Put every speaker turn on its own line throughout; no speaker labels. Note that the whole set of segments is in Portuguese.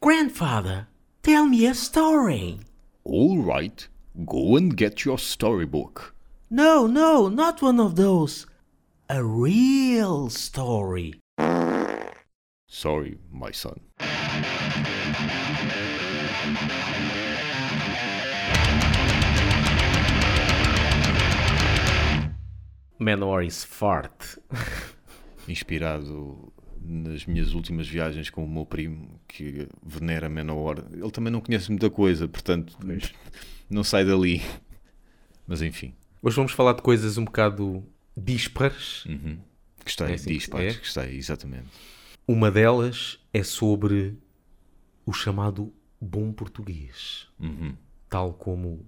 Grandfather, tell me a story.
All right, go and get your storybook.
No, no, not one of those. A real story.
Sorry, my son.
Menor is fart.
Inspirado nas minhas últimas viagens com o meu primo, que venera Menor. Ele também não conhece muita coisa, portanto, não sai dali. Mas enfim,
Hoje vamos falar de coisas um bocado díspares.
gostei.
É assim
É
que se
dispares,
é?
gostei, exatamente.
Uma delas é sobre o chamado bom português.
Uhum,
Tal como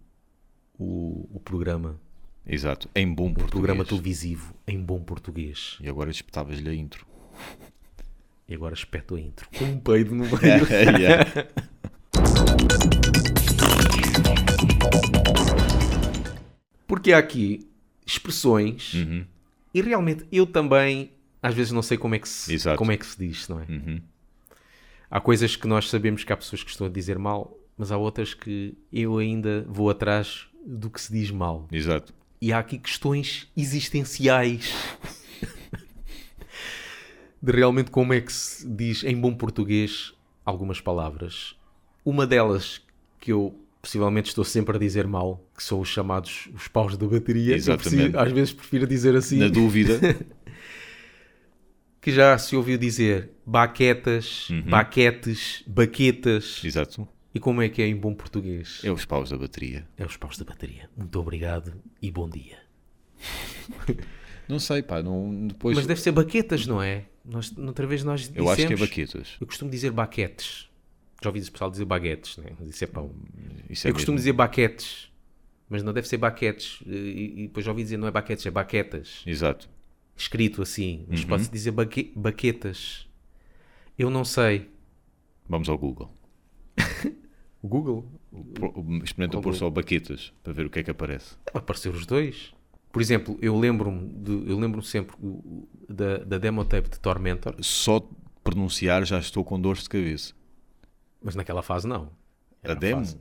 o, o programa,
Exato, em bom português.
programa televisivo em bom português.
E agora espetavas-lhe a intro.
E agora espeto a intro. Com um peido no meio. Porque há aqui expressões
Uhum,
e realmente eu também às vezes não sei como é que se,
Exato.
como é que se diz, não é?
uhum,
Há coisas que nós sabemos que há pessoas que estão a dizer mal, mas há outras que eu ainda vou atrás do que se diz mal.
Exato.
E há aqui questões existenciais de realmente como é que se diz em bom português algumas palavras. Uma delas que eu possivelmente estou sempre a dizer mal, que são os chamados os paus da bateria. Eu
Exatamente.
preciso- às vezes prefiro dizer assim,
Na dúvida,
que já se ouviu dizer baquetas, baquetes, baquetas.
exato.
E como é que é em bom português?
É os paus da bateria.
É os paus da bateria. Muito obrigado e bom dia.
Não sei, pá, não, depois.
Mas deve ser baquetas, não é? Nós, outra vez nós dissemos...
eu acho que é baquetas.
Eu costumo dizer baquetes. Já ouvi o pessoal dizer baguetes, né? Mas isso é pão.
Isso é
Eu costumo
mesmo.
dizer baquetes, mas não deve ser baquetes. E, e depois já ouvi dizer não é baquetes, é baquetas.
Exato.
Escrito assim. Mas pode-se dizer baque- baquetas. Eu não sei.
Vamos ao Google.
O Google?
Pro- Experimenta pôr só baquetas para ver o que é que aparece.
Apareceram os dois. Por exemplo, eu lembro-me de- eu lembro-me sempre o- o- da, da demo tape de Tormentor,
Só de pronunciar já estou com dores de cabeça.
mas naquela fase não.
a demo?
fácil.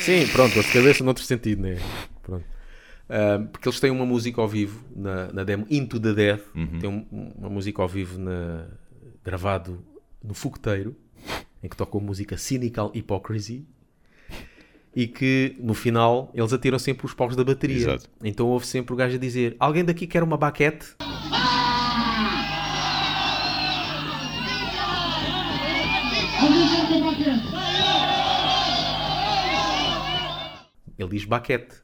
Sim, pronto, dor de cabeça noutro sentido, né? Pronto. Ah, porque eles têm uma música ao vivo na, na demo Into the Death,
Uhum.
tem um- uma música ao vivo na, gravado no fogueteiro, em que tocam a música Cynical Hypocrisy, e que no final eles atiram sempre os paus da bateria.
Exato.
Então houve sempre o gajo a dizer: Alguém daqui quer uma baquete? Ele diz baquete.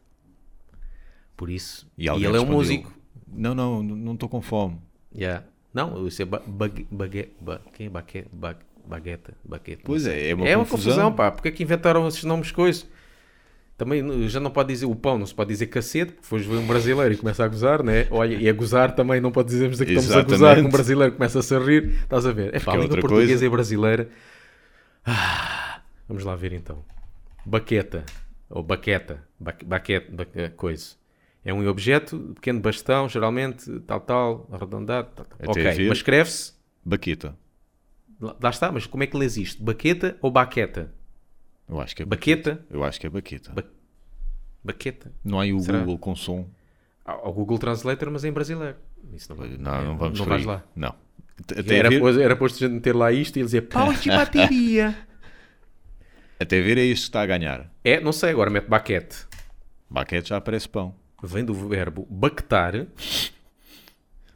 Por isso. E,
alguém
ele é um
respondeu,
músico.
Não, não, n- não estou com fome.
Yeah. Não, isso é ba bague- bague- ba- quem é baque- ba- bagueta, baqueta.
Pois é, é uma
é uma
confusão.
confusão, pá. Porque é que inventaram esses nomes coisas? Também n- já não pode dizer o pão, não se pode dizer cacete, porque depois vem um brasileiro e começa a gozar, né? Olha, e a gozar também não pode dizermos que estamos a gozar,
Exatamente.
que um brasileiro começa a se rir. Estás a ver? É pá, a
é
língua
outra
portuguesa
coisa.
é brasileira. Ah, vamos lá ver então. Baqueta, ou baqueta, ba- baquete, ba- eh, coisa. É um objeto, pequeno bastão, geralmente, tal, tal, arredondado. Tal, tal.
Até
Ok,
ver.
mas escreve-se
Baqueta.
Lá lá está, mas como é que lês isto? Baqueta ou baqueta?
Eu acho que é
Baqueta?
Eu acho que é baqueta.
Ba- Baqueta.
Não há aí o
Será?
Google com som.
Ao Google Translator, mas é em brasileiro. Isso não,
Não, não vamos
É, não
por
vais
aí.
lá.
Não. Até
Era,
ver,
posto- era posto a gente meter lá isto e ele dizer pau de bateria.
até ver é este que está a ganhar.
é, não sei, agora mete baquete.
Baquete já aparece pão.
Vem do verbo baquetar.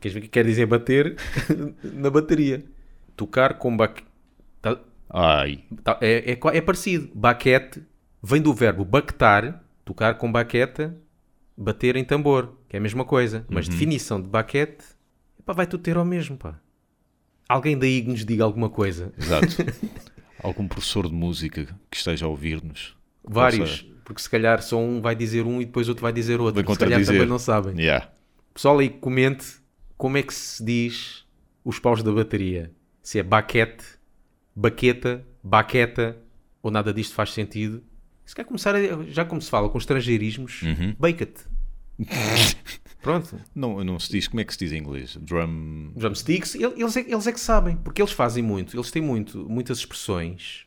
Queres ver o que quer dizer bater? Na bateria. Tocar com baquete.
Ai,
Tá, é, é, qua- é parecido. Baquete vem do verbo baquetar, tocar com baqueta, bater em tambor, que é a mesma coisa. Mas
Uhum.
definição de baquete, pá, vai tudo ter ao mesmo, pá. Alguém daí que nos diga alguma coisa.
exato. Algum professor de música que esteja a ouvir-nos.
Vários, porque se calhar só um vai dizer um e depois outro vai dizer outro.
Vai
Se calhar
contradizer.
também não sabem.
Yeah.
Pessoal aí que comente como é que se diz os paus da bateria. Se é baquete, baqueta, baqueta, ou
Uhum.
nada disto faz sentido. Se quer começar, a, já como se fala com estrangeirismos, baquete, Pronto.
Não, não se diz, como é que se diz em inglês? Drum.
Drumsticks, ele- eles é, eles é que sabem, porque eles fazem muito, eles têm muito, muitas expressões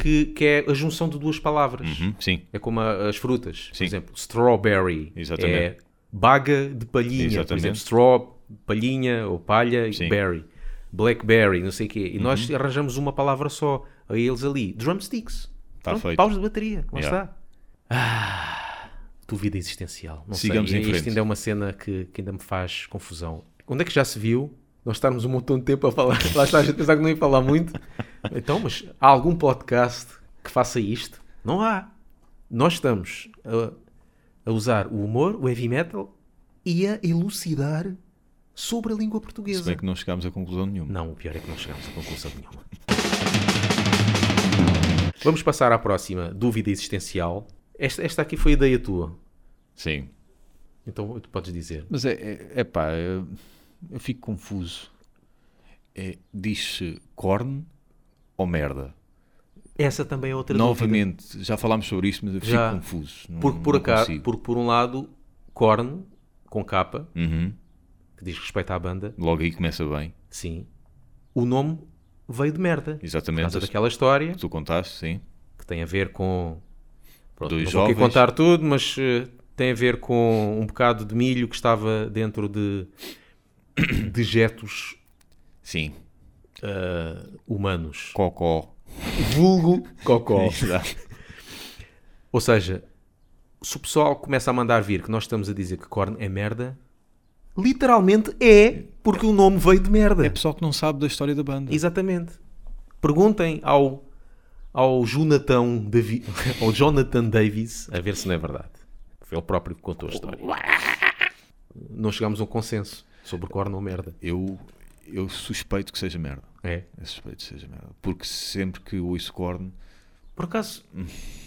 que, que é a junção de duas palavras.
Uhum, sim,
É como a- as frutas, por
Sim.
exemplo, strawberry
Exatamente.
é baga de palhinha, por
Exatamente.
exemplo, straw, palhinha ou palha e
Sim. Uhum.
berry, blackberry, não sei o quê. E nós arranjamos uma palavra só a eles ali, drumsticks.
Tá feito.
Paus de bateria, lá
Yeah.
está. Ah, dúvida existencial. Não
Sigamos
sei,
em frente.
isto ainda é uma cena que, que ainda me faz confusão. Onde é que já se viu nós estarmos um montão de tempo a falar? Lá está, a gente pensava que não ia falar muito. Então, mas há algum podcast que faça isto? Não há. Nós estamos a, a usar o humor, o heavy metal e a elucidar sobre a língua
se
portuguesa.
bem que não chegámos a conclusão nenhuma.
Não, o pior é que não chegamos a conclusão nenhuma. Vamos passar à próxima dúvida existencial. Esta, esta aqui foi ideia tua,
Sim.
então tu podes dizer.
Mas é, é, é pá, é- eu, fico confuso. É, Diz-se corn ou merda?
Essa também é outra dúvida.
Novamente, já falámos sobre isto, mas eu fico
Já.
confuso. Não,
Porque por,
não
acaso,
consigo.
porque por um lado, Korn, com capa,
Uhum.
que diz respeito à banda,
Logo aí começa bem.
sim, o nome veio de merda. Por
Exatamente.
causa daquela história
Tu contaste, sim.
que tem a ver com... Pronto,
Dois
não vou aqui
jovens.
contar tudo, mas eh, tem a ver com um bocado de milho que estava dentro de dejetos
Sim.
humanos.
Cocó.
Vulgo cocó.
Exato.
Ou seja, se o pessoal começa a mandar vir que nós estamos a dizer que corno é merda, literalmente é, porque o nome veio de merda.
É pessoal que não sabe da história da banda.
Exatamente. Perguntem ao, ao Jonathan Davi, ao Jonathan Davis, a ver se não é verdade. Foi ele próprio que contou a história. Não chegámos a um consenso sobre corno ou merda.
Eu, eu suspeito que seja merda.
É.
Eu suspeito que seja merda. Porque sempre que ouço corn,
Por acaso,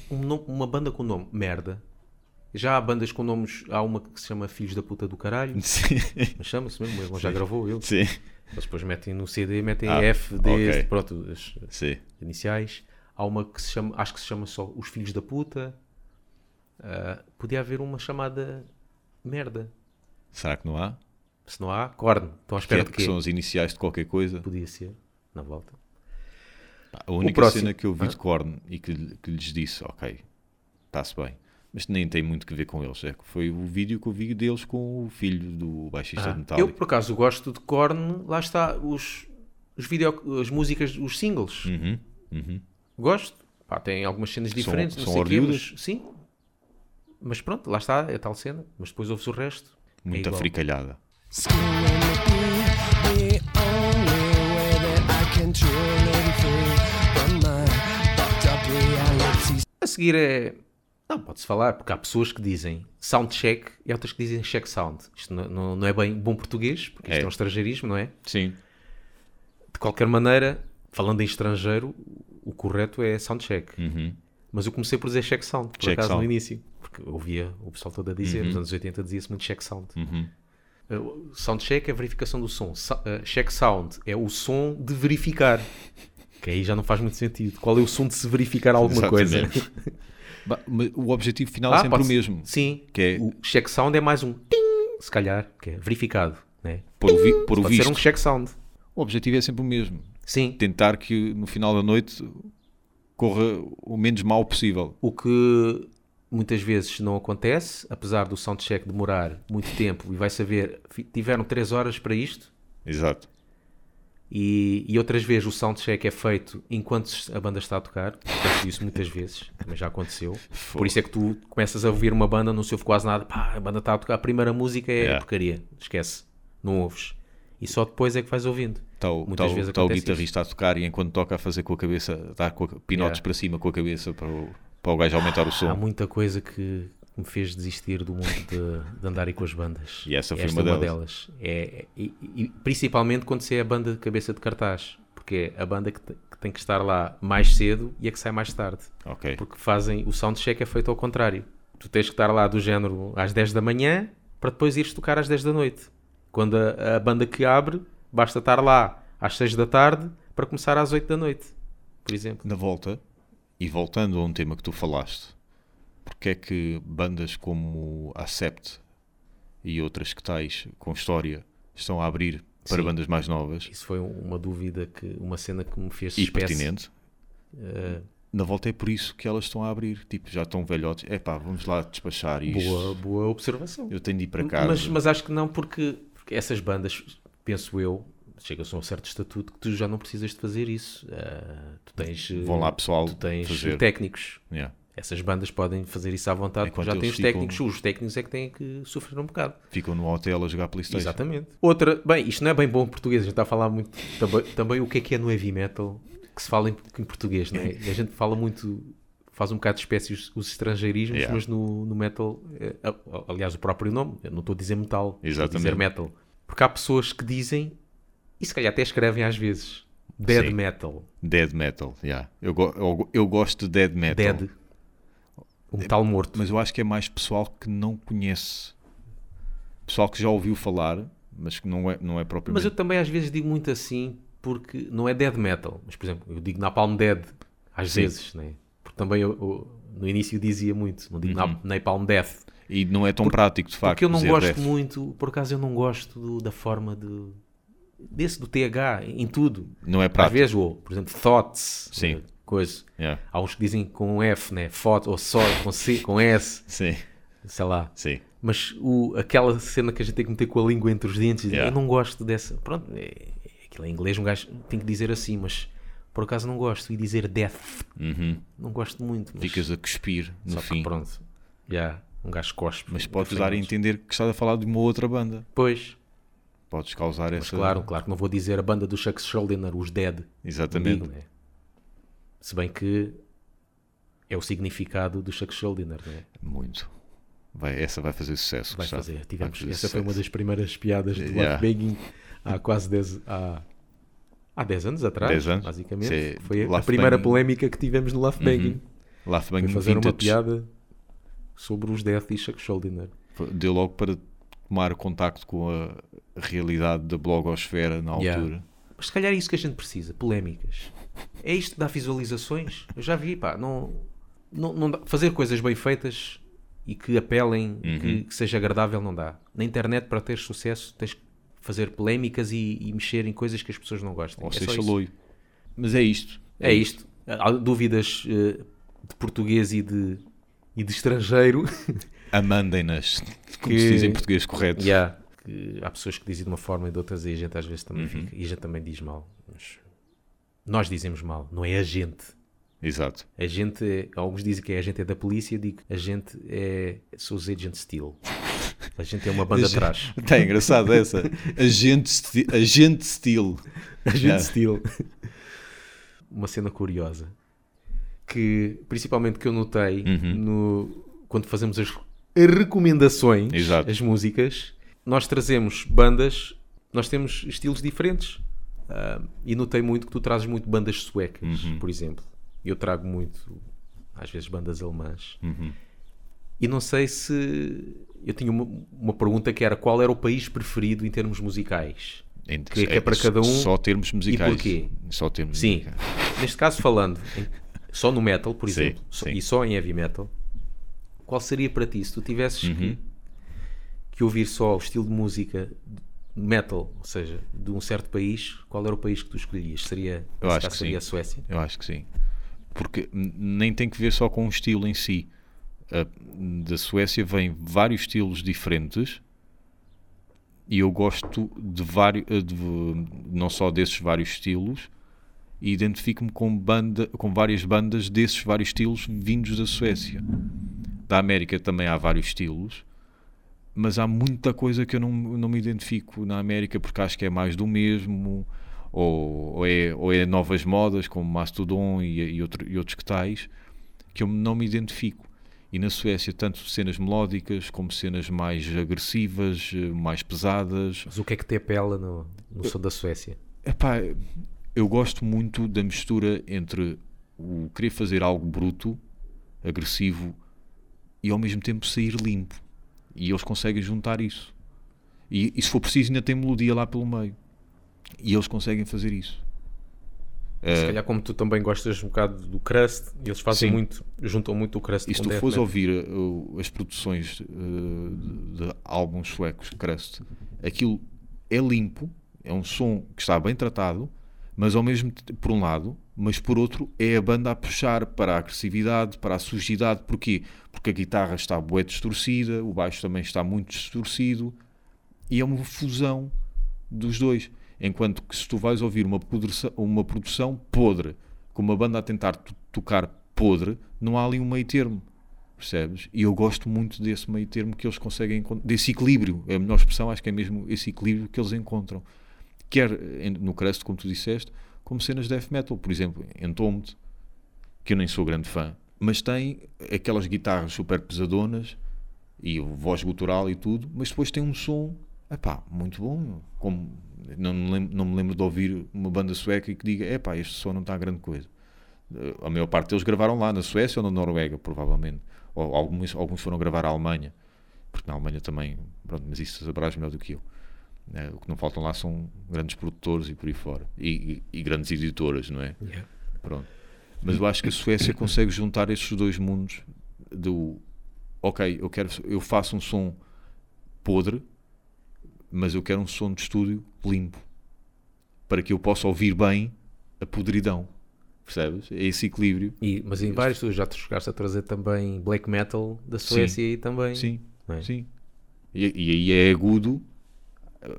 um nome- uma banda com o nome Merda. Já há bandas com nomes. Há uma que se chama Filhos da Puta do Caralho.
sim.
Mas chama-se mesmo, ele já gravou ele.
sim.
Eles depois metem no CD, metem
Ah,
F, D,
ok.
pronto, as
Sim.
iniciais. Há uma que se chama, acho que se chama só Os Filhos da Puta. Ah, podia haver uma chamada Merda.
Será que não há?
Se não há, corno. Estão à espera
que,
de
é-
quê?
que são as iniciais de qualquer coisa.
Podia ser, na volta.
A única
próximo. Ah.
cena que eu vi de corn e que, lhe- que lhes disse, ok, está-se bem. Mas nem tem muito que ver com eles. É que foi o vídeo que eu vi deles com o filho do baixista de
Ah, Eu,
Metallica.
por acaso, gosto de Korn. Lá está, os, os video, as músicas, os singles.
Uhum, uhum.
Gosto. Pá, tem algumas cenas diferentes.
são
não sei quê,
orelhudas?
mas- Sim. Mas pronto, lá está, é a tal cena. Mas depois ouves o resto. é
Muito
igual.
africalhada.
The only way that I control everything but my fucked up reality.
A seguir é... Não, pode-se falar, porque há pessoas que dizem sound check e há outras que dizem check sound. Isto não, não, não é bem bom português, porque isto é.
É.
um estrangeirismo, não é?
Sim.
De qualquer maneira, falando em estrangeiro, o correto é sound check.
Uhum.
Mas eu comecei por dizer check sound, por
Check
acaso,
sound.
no início. Porque eu ouvia o pessoal todo a dizer, nos anos 80 dizia-se muito check sound.
Uhum.
Uh, Sound check é a verificação do som. Sa- uh, Check sound é o som de verificar. Que aí já não faz muito sentido. Qual é o som de se verificar alguma coisa?
Exatamente. Ba- mas o objetivo final é
Ah,
sempre
pode
o
ser-
mesmo.
Sim.
Que é
O check sound é mais um ting, se calhar, que é verificado. Né?
por o, vi- por o
Pode
visto.
ser um check sound.
O objetivo é sempre o mesmo.
Sim.
Tentar que no final da noite corra o menos mal possível.
O que muitas vezes não acontece, apesar do sound check demorar muito tempo e vai saber, fi- tiveram 3 horas para isto.
Exato.
E, e outras vezes o soundcheck é feito enquanto se- a banda está a tocar. Já fiz isso muitas vezes, mas já aconteceu. Por isso é que tu começas a ouvir uma banda, não se ouve quase nada. Pá, a banda está a tocar, a primeira música é
Yeah.
porcaria. Esquece, não ouves. E só depois é que vais ouvindo.
Está o,
Muitas
tá o-
vezes
tá o
acontece
guitarrista a tocar e enquanto toca a fazer com a cabeça, dá com a, pinotes
Yeah. Ah,
para cima com a cabeça para o, para o gajo aumentar o som.
Há muita coisa que me fez desistir do mundo de, de andar aí com as bandas.
E essa foi
Esta
uma
é delas. É, e, e- principalmente quando você é a banda de cabeça de cartaz. Porque é a banda que, te- que tem que estar lá mais cedo e a que sai mais tarde.
Ok.
Porque fazem, o soundcheck é feito ao contrário. Tu tens que estar lá do género às 10 da manhã para depois ires tocar às 10 da noite. Quando a, a banda que abre, basta estar lá às 6 da tarde para começar às 8 da noite, por exemplo.
Na volta, e voltando a um tema que tu falaste, porque é que bandas como Acept e outras que tais com história estão a abrir para
Sim.
bandas mais novas
Isso foi uma dúvida, que, uma cena que me fez
e
espécie.
pertinente.
Eh,
Na volta é por isso que elas estão a abrir. Tipo, já estão velhotes. É pá, vamos lá despachar isto.
boa, boa observação. Hum,
Eu tenho de ir para casa.
Mas, mas acho que não, porque, porque essas bandas, penso eu, chegam-se a um certo estatuto que tu já não precisas de fazer isso. Ah, tu tens, eh,
Vão lá, pessoal,
tu tens
fazer.
técnicos.
Yeah.
Essas bandas podem fazer isso à vontade, porque
Enquanto
já têm
eles
os
ficam-
técnicos. Os técnicos é que têm que sofrer um bocado.
Ficam no hotel a jogar Playstation.
Exatamente. Outra, bem, isto não é bem bom português, a gente está a falar muito também, também o que é que é no heavy metal que se fala em, em português, não é? A gente fala muito, faz um bocado de espécie os, os estrangeirismos,
Yeah.
mas no, no metal, eh, a- a- aliás, o próprio nome, eu não estou a dizer metal, estou a
Exatamente.
dizer metal. Porque há pessoas que dizem, e se calhar até escrevem às vezes, dead
Sim.
metal,
Dead metal. yeah. Eu, go- eu, eu gosto de dead metal.
dead, o metal morto.
Mas eu acho que é mais pessoal que não conhece. Pessoal que já ouviu falar, mas que não é, não é
Mas
propriamente.
eu também às vezes digo muito assim porque não é dead metal, mas por exemplo, eu digo Napalm Dead às
Sim.
vezes, né? Porque também eu, eu, no início dizia muito, não digo uhum. Napalm Death.
E não é tão prático, de facto.
Porque eu não
dizer
gosto
death.
muito, por acaso eu não gosto do- da forma de, desse do TH em tudo.
Não é
Às
prático.
vezes, ou, por exemplo, Thoughts,
Sim.
eh, coisa.
Yeah.
Há uns que dizem com F, né? Thought ou só com C, com S,
Sim,
sei lá.
sim.
Mas o, aquela cena que a gente tem que meter com a língua entre os dentes,
Yeah.
eu não gosto dessa. Pronto, é, é- aquilo em inglês um gajo tem que dizer assim, mas por acaso não gosto. E dizer death,
Uhum.
não gosto muito. Mas
Ficas a cuspir no
só
fim.
que pronto, já, um gajo cospe.
Mas podes dar a
entender.
entender que estás a falar de uma outra banda.
Pois,
Podes causar essa.
claro, claro que não vou dizer a banda do Chuck Schuldiner, os Dead. não
Exatamente.
digo, né? Se bem que é o significado do Chuck Schuldiner, né?
Muito. Vai, essa vai fazer sucesso.
Vai
Gustavo.
fazer.
Vai
Tivemos,
fazer
essa foi uma
sucesso.
das primeiras piadas do
é. Yeah.
yeah. Begging há quase 10 há, há 10 anos atrás,
10 anos.
basicamente.
Sim,
Foi a
Laugh
primeira
Banging.
polémica que tivemos no Laugh Begging.
Lá foi
Foi
bem
fazer uma
vintage.
piada sobre os Death e Chuck Schuldiner.
Deu logo para tomar contacto com a realidade da blogosfera na
Yeah.
altura.
Mas se calhar é isso que a gente precisa, polémicas. É isto que dá visualizações? Eu já vi, pá, não, não, não dá- fazer coisas bem feitas e que apelem,
Uhum.
que, que seja agradável, não dá. Na internet, para ter sucesso, tens que fazer polémicas e, e mexer em coisas que as pessoas não gostam.
Ou
é só
seja,
isso.
loio. Mas é isto.
É isto. Há dúvidas eh, de português e de, e de estrangeiro.
Amandem-nas. Como
Que-
se diz em português correto.
Yeah. Que há pessoas que dizem de uma forma e de outras e a gente às vezes também
Uhum.
fica. E a gente também diz mal. Mas nós dizemos mal, não é a gente.
Exato.
A gente, é- alguns dizem que é a gente é da polícia, eu digo a gente é sou os Agent Steel. A gente é uma banda atrás.
Está é engraçado essa. Agente, sti agente Steel.
Agent
Yeah.
Steel. Uma cena curiosa que principalmente que eu notei
Uhum.
no, quando fazemos as recomendações,
Exato.
as músicas, nós trazemos bandas, nós temos estilos diferentes. Ah, e notei muito que tu trazes muito bandas suecas,
Uhum.
por exemplo. Eu trago muito, às vezes, bandas alemãs.
Uhum.
E não sei se. Eu tinha uma, uma pergunta que era qual era o país preferido em termos musicais?
Entre-
Que é que é para cada um
Só termos musicais.
porquê?
Só termos
Sim.
musicais.
Neste caso, falando em- só no metal, por
Sim,
exemplo, só-
sim.
e só em heavy metal, qual seria para ti se tu tivesses
Uhum.
que, que ouvir só o estilo de música metal, ou seja, de um certo país, qual era o país que tu escolhias? Seria,
Eu
nesse
acho
caso,
que
seria
sim.
a Suécia?
Eu acho que sim. Porque n- nem tem que ver só com o estilo em si. A- da Suécia vêm vários estilos diferentes e eu gosto de vários, eh, não só desses vários estilos, e identifico-me com, banda, com várias bandas desses vários estilos vindos da Suécia. Da América também há vários estilos, mas há muita coisa que eu não, não me identifico na América porque acho que é mais do mesmo, ou, ou, é, ou é novas modas, como Mastodon e, e, outro- e outros que tais, que eu não me identifico. E na Suécia, tanto cenas melódicas como cenas mais agressivas, eh, mais pesadas,
Mas o que é que te apela no, no som da Suécia?
Epá, eu gosto muito da mistura entre o querer fazer algo bruto, agressivo e ao mesmo tempo sair limpo. E eles conseguem juntar isso. E, e se for preciso, ainda tem melodia lá pelo meio. E eles conseguem fazer isso.
Se calhar, como tu também gostas um bocado do crust, e eles fazem
Eh, Sim.
muito, juntam muito o crust
E se
com
tu
death
fores
metal.
ouvir eh, o- as produções eh, de, de álbuns suecos, Crust, aquilo é limpo, é um som que está bem tratado, mas ao mesmo te- por um lado, mas por outro é a banda a puxar para a agressividade, para a sujidade, porquê? Porque a guitarra está bué distorcida, o baixo também está muito distorcido, e é uma fusão dos dois. Enquanto que se tu vais ouvir uma produção, uma produção podre, com uma banda a tentar to- tocar podre, não há ali um meio termo, percebes? E eu gosto muito desse meio termo que eles conseguem encon- desse equilíbrio, é a melhor expressão, acho que é mesmo esse equilíbrio que eles encontram. Quer em- no crust, como tu disseste, como cenas de death metal, por exemplo, Entombed, que eu nem sou grande fã, mas tem aquelas guitarras super pesadonas e voz gutural e tudo, mas depois tem um som epá, muito bom. meu. Como, não, me lembro, não me lembro de ouvir uma banda sueca que diga epá, este som não está grande coisa. Eh, A maior parte deles gravaram lá na Suécia ou na Noruega, provavelmente. Ou alguns, alguns foram gravar à Alemanha, porque na Alemanha também, pronto, mas isso saberás melhor do que eu. Eh, O que não faltam lá são grandes produtores e por aí fora. E, e- e grandes editoras, não é?
Yeah.
Pronto. Mas eu acho que a Suécia consegue juntar estes dois mundos do ok, eu quero eu faço um som podre, mas eu quero um som de estúdio limpo para que eu possa ouvir bem a podridão. Percebes? É esse equilíbrio.
E- mas em vários, tu já te chegaste a trazer também black metal da Suécia e também.
Sim,
É.
sim. E, e aí é agudo,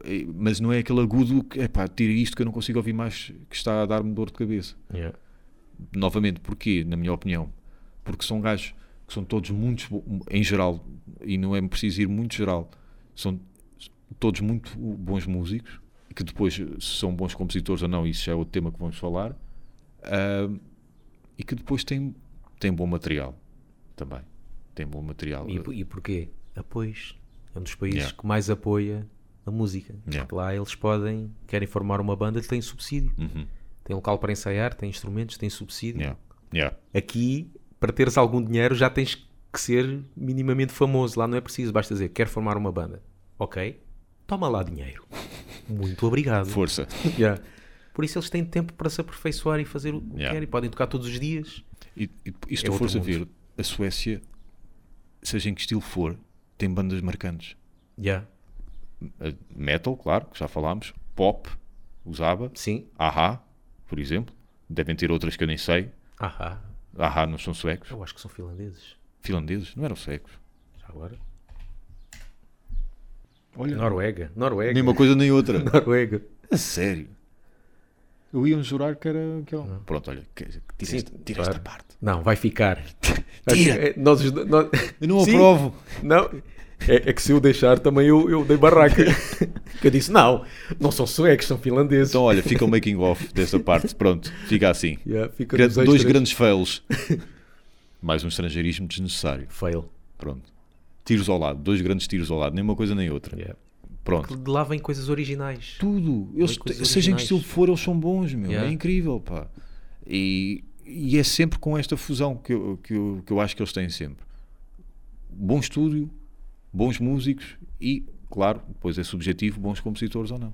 eh, mas não é aquele agudo que, epá, tira isto que eu não consigo ouvir mais, que está a dar-me dor de cabeça.
Yeah.
novamente, porquê, na minha opinião? Porque são gajos que são todos muito, bo- em geral, e não é preciso ir muito geral, são todos muito bons músicos, que depois, se são bons compositores ou não, isso já é outro tema que vamos falar, ah, e que depois têm, têm bom material também. Têm bom material.
E, é po- e porquê? Apoios. É um dos países
Yeah.
que mais apoia a música.
Yeah.
Porque lá eles podem, querem formar uma banda, têm subsídio.
Uhum.
Tem um local para ensaiar, tem instrumentos, tem subsídio.
Yeah. Yeah.
Aqui, para teres algum dinheiro, já tens que ser minimamente famoso. Lá não é preciso, basta dizer, quero formar uma banda. Ok, toma lá dinheiro. Muito obrigado.
Força.
Yeah. Por isso eles têm tempo para se aperfeiçoar e fazer o que
Yeah.
querem. Podem tocar todos os dias.
E, e, e se
É
tu
outro
fores a
mundo.
ver, a Suécia, seja em que estilo for, tem bandas marcantes.
Yeah.
Uh, metal, claro, que já falámos, pop, usava,
Sim.
Aha, por exemplo, devem ter outras que eu nem sei.
Ahá.
Aha não são suecos,
Ah, Eu acho que são finlandeses.
finlandeses, não eram suecos.
Já agora.
Olha,
Noruega. Noruega.
nem uma coisa nem outra.
Noruega.
A sério. Eu ia jurar que era. Que era... Ah. Pronto, olha, que, que tira,
Sim,
esta, tira
claro.
esta parte.
Não, vai ficar.
Tira.
É, Nós, os do- nós-
Eu não
Sim.
aprovo.
Não. É, é que se eu deixar também eu, eu dei barraca. Que eu disse, não, não são suecos, são finlandeses.
Então, olha, fica o making off desta parte. Pronto, fica assim.
Yeah, fica
Gra-
nos
dois
extras.
grandes fails. Mais um estrangeirismo desnecessário.
Fail.
Pronto. Tiros ao lado, dois grandes tiros ao lado, nem uma coisa nem outra.
Yeah.
Pronto.
De lá vêm coisas originais.
tudo. Eles,
Bem, coisas
seja em
originais.
que estilo for, eles são bons, meu.
Yeah.
É incrível, pá. E, e é sempre com esta fusão que eu, que, eu, que eu acho que eles têm sempre. Bom estúdio, bons músicos e, claro, depois é subjetivo, bons compositores ou não.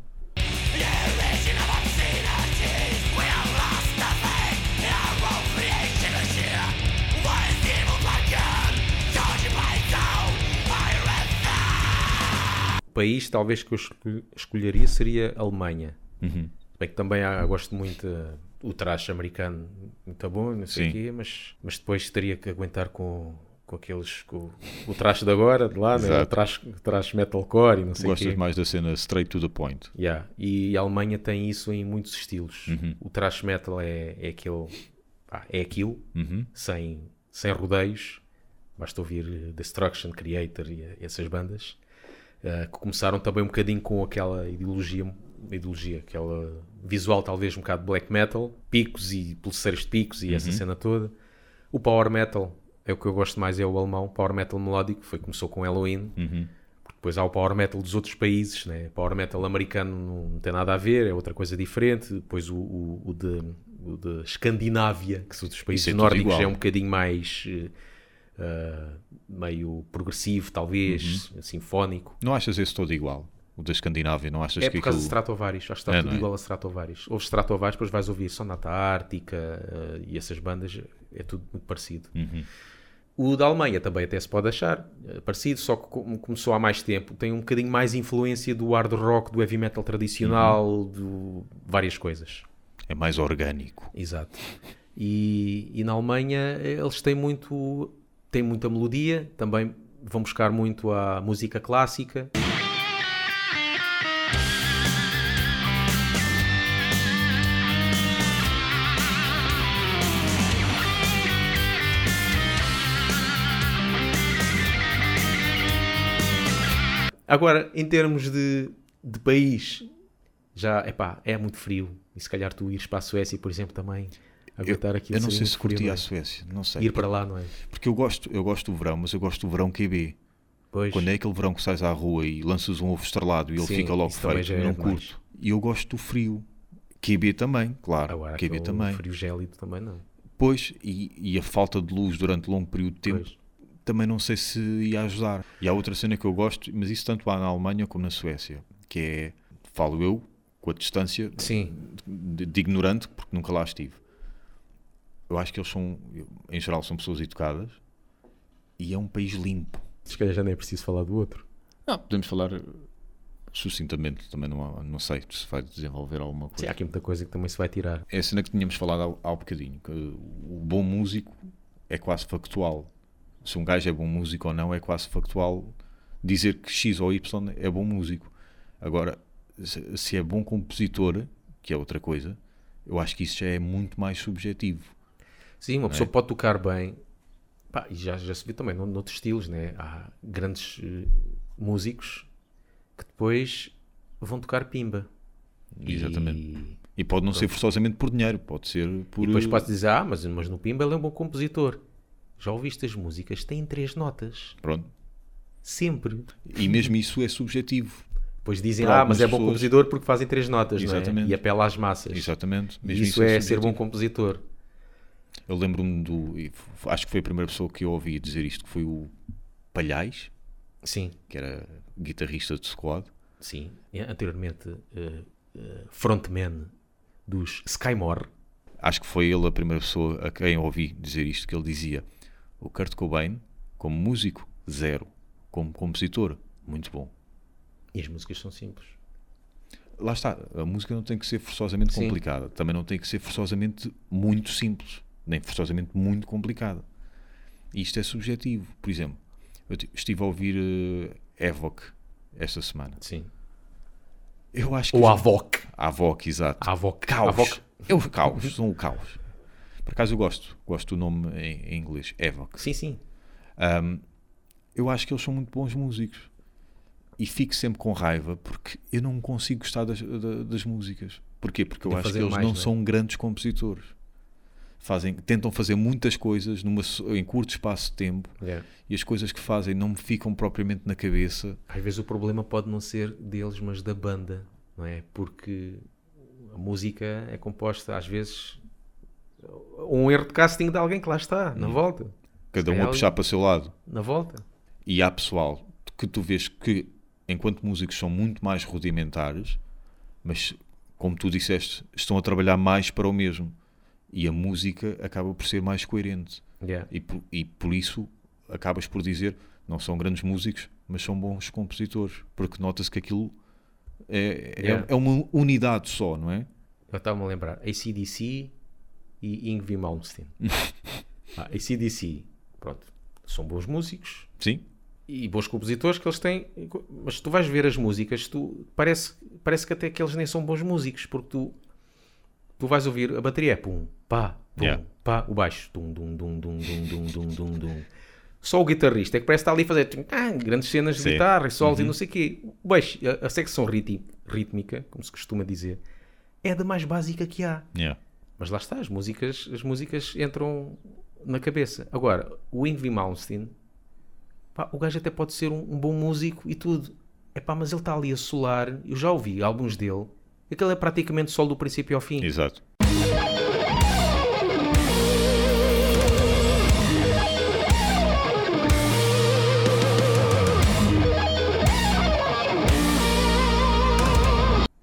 O país talvez que eu escol- escolheria seria a Alemanha.
Uhum.
Bem que também há, gosto muito eh, o traje americano, muito bom, não sei o
Sim.
quê, mas, mas depois teria que aguentar com, com aqueles, com o traje de agora, de lá, né? o
Exato.
traje, traje metalcore e não sei o
Gostas
quê.
mais da cena straight to the point.
Yeah. E a Alemanha tem isso em muitos estilos.
Uhum.
O thrash metal é, é aquele pá, é aquilo,
Uhum.
sem, sem rodeios. Basta ouvir eh, Destruction, Creator e eh, essas bandas eh, que começaram também um bocadinho com aquela ideologia, ideologia, aquela visual talvez um bocado black metal, picos e pulseiros de picos e
Uhum.
essa cena toda. O power metal é o que eu gosto mais, é o alemão, power metal melódico, foi começou com Halloween.
Uhum.
Porque depois há o power metal dos outros países, né? Power metal americano não, não tem nada a ver, é outra coisa diferente. Depois o, o, o de, o de Escandinávia, que são dos países
é tudo
nórdicos,
igual.
é um bocadinho mais eh, ah, meio progressivo, talvez, sinfónico.
Uhum. Não achas esse todo igual? o da Escandinávia, não achas
É
que
por causa de
aquilo...
Stratovarius, acho que está
É, não
tudo
é?
igual a Stratovarius. Ouves Stratovarius, depois vais ouvir Sonata Ártica eh, e essas bandas, é tudo muito parecido.
Uhum.
O da Alemanha também até se pode achar eh, parecido, só que como começou há mais tempo, tem um bocadinho mais influência do hard rock, do heavy metal tradicional,
Uhum.
do várias coisas.
É mais orgânico.
Exato. E, e na Alemanha eh, eles têm muito têm muita melodia, também vão buscar muito a música clássica. Agora, em termos de, de país, já epá, é muito frio. E se calhar tu ires para a Suécia, por exemplo, também aguentar assim, aqui
Eu não sei se curtia a Suécia, não sei.
é? Ir para lá, não é?
Porque eu gosto, eu gosto do verão, mas eu gosto do verão QB.
Pois.
Quando é aquele verão que sais à rua e lanças um ovo estrelado e ele
Sim,
fica logo
isso também
feito,
já é
não
demais.
curto. E eu gosto do frio. QB também, claro.
Agora,
QB
aquele
também.
frio gélido também não.
Pois, e, e a falta de luz durante longo período de tempo
Pois.
também não sei se ia ajudar. E há outra cena que eu gosto, mas isso tanto há na Alemanha como na Suécia, que é, falo eu, com a distância
Sim,
de, de ignorante, porque nunca lá estive. Eu acho que eles são, eu- em geral, são pessoas educadas e é um país limpo.
se calhar já nem é preciso falar do outro.
Não, podemos falar eh, sucintamente, também não, há- não sei se vai desenvolver alguma coisa.
Sim, há aqui muita coisa que também se vai tirar.
É a cena que tínhamos falado há, há um bocadinho, que o bom músico é quase factual. Se um gajo é bom músico ou não é quase factual dizer que X ou Y é bom músico. Agora, se se é bom compositor, que é outra coisa, eu acho que isso já é muito mais subjetivo.
Sim, uma
é?
pessoa pode tocar bem. Pá, e já, já se viu também no- noutros estilos, né? Há grandes eh, músicos que depois vão tocar pimba.
Exatamente.
E,
E pode não ser forçosamente por dinheiro, pode ser por.
e depois
eh,
pode dizer, ah, mas, mas no pimba ele é um bom compositor. Já ouviste as músicas? Têm três notas.
Pronto.
Sempre.
E mesmo isso é subjetivo.
Depois dizem,
Para
ah, mas
algumas
é bom
pessoas-
compositor porque fazem três notas, não é?
Exatamente.
E apela às massas.
Exatamente.
E
Mesmo
isso é ser
subjetivo.
bom compositor.
Eu lembro-me do. e f- Acho que foi a primeira pessoa que eu ouvi dizer isto, que foi o Palhais.
Sim,
que era guitarrista de squad.
sim. E Anteriormente, eh, eh, frontman dos Skymore.
Acho que foi ele a primeira pessoa a quem eu ouvi dizer isto, que ele dizia o Kurt Cobain, como músico, zero. Como compositor, muito bom.
E as músicas são simples.
Lá está, a música não tem que ser forçosamente
Sim.
complicada. Também não tem que ser forçosamente muito simples. Nem forçosamente muito complicada. E Isto é subjetivo. Por exemplo, eu ti- estive a ouvir eh, Evoc esta semana.
Sim.
Eu acho que...
Ou Avoc.
Avoc, exato.
Avoc.
Caos.
Avoc.
Eu, caos, são o caos. Por acaso eu gosto, gosto do nome em, em inglês, Evox.
Sim, sim.
Eu acho que eles são muito bons músicos. E fico sempre com raiva porque eu não consigo gostar das, da- das músicas. Porquê? Porque eu
Tem que
acho que
fazer
eles
mais,
não
não é?
são grandes compositores. Fazem, tentam fazer muitas coisas numa so- em curto espaço de tempo
Yeah.
e as coisas que fazem não me ficam propriamente na cabeça.
Às vezes o problema pode não ser deles, mas da banda, não é? Porque a música é composta, às vezes, um erro de casting de alguém que lá está, na volta.
Cada um a
calhar-
puxar para o seu lado.
Na volta.
e há pessoal que tu vês que, enquanto músicos, são muito mais rudimentares, mas, como tu disseste, estão a trabalhar mais para o mesmo. E a música acaba por ser mais coerente.
Yeah.
E por, e por isso acabas por dizer não são grandes músicos, mas são bons compositores. Porque nota-se que aquilo é, é-
Yeah.
é uma unidade só, não é?
Eu estava-me a lembrar. ACDC e Yngwie Malmsteen. ah, ACDC, pronto, são bons músicos
Sim,
e bons compositores que eles têm, mas tu vais ver as músicas, tu parece, parece que até que eles nem são bons músicos, porque tu, tu vais ouvir a bateria é pum, pá, pum,
Yeah.
pá, o baixo, dum, dum, dum, dum, dum, dum, dum, dum, dum. Só o guitarrista é que parece estar ali a fazer tum, ah, grandes cenas de
Sim. Uhum.
guitarra e solos e não sei o quê. O baixo, a, a secção ritmi- rítmica, como se costuma dizer, é da mais básica que há.
yeah.
Mas lá está, as músicas, as músicas entram na cabeça. Agora, o Yngwie Malmsteen, pá, o gajo até pode ser um, um bom músico e tudo. É pá, mas ele está ali a solar, eu já ouvi álbuns dele, aquele é praticamente solo do princípio ao fim.
exato.
Thank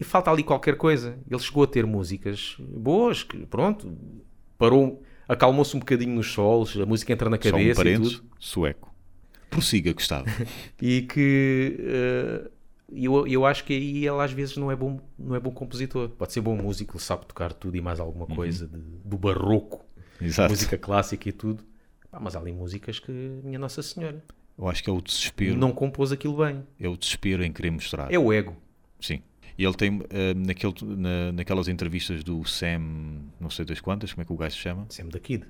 falta ali qualquer coisa. Ele chegou a ter músicas boas, que pronto, parou, acalmou-se um bocadinho nos solos, a música entra na
Só um
cabeça e tudo.
parênteses, sueco. Prossiga, Gustavo.
e que eh, eu, eu acho que aí ele às vezes não é bom não é bom compositor Uhum. pode ser bom músico ele sabe tocar tudo e mais alguma coisa de- do barroco
Exato.
música clássica e tudo Pá, mas há ali músicas que minha nossa senhora
Eu acho que é o desespero.
não compôs aquilo bem
É o desespero em querer mostrar.
é o ego
Sim. E ele tem, ah, naquele, na- naquelas entrevistas do Sam, não sei das quantas, como é que o gajo se chama?
Sam da Kid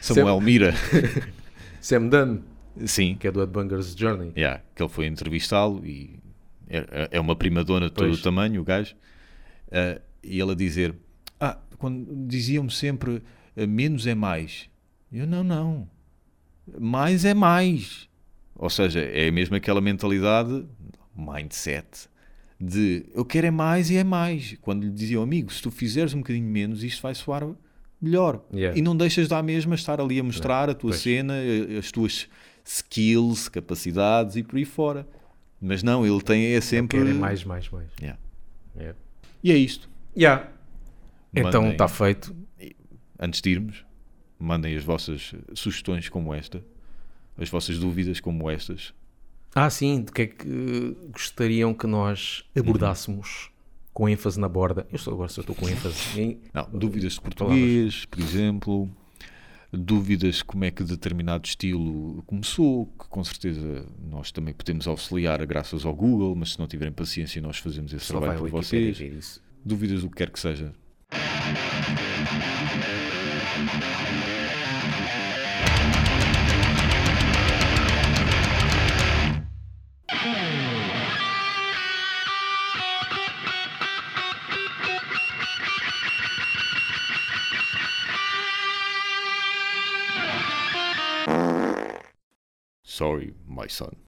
Samuel Mira.
Sam Dunn
Sim.
que é do Headbangers Journey
Yeah, que ele foi entrevistá-lo e é, é uma primadona de todo
Pois.
o tamanho, o gajo. Ah, e ele a dizer: Ah, quando diziam-me sempre ah, menos é mais. Eu não, não. Mais é mais. Ou seja, é mesmo aquela mentalidade, mindset, de eu quero é mais e é mais. Quando lhe diziam, amigo, se tu fizeres um bocadinho menos, isto vai soar melhor.
Yeah.
E não deixas de à mesma estar ali a mostrar a tua cena, a- as tuas skills, capacidades e por aí fora. Mas não, ele tem é sempre.
querem mais mais mais
Yeah.
yeah.
E é isto.
Yeah. então
Mandem.
está feito
Antes de irmos, mandem as vossas sugestões como esta, as vossas dúvidas como estas.
Ah, sim, de que é que gostariam que nós abordássemos com ênfase na borda? Eu só agora só estou com ênfase em.
Não, dúvidas de português, por exemplo, dúvidas como é que determinado estilo começou, que com certeza nós também podemos auxiliar graças ao Google, mas se não tiverem paciência nós fazemos esse
Só vai a
trabalho por
Wikipédia
vocês.
ver isso.
Dúvidas do que quer que seja. Sorry, my son.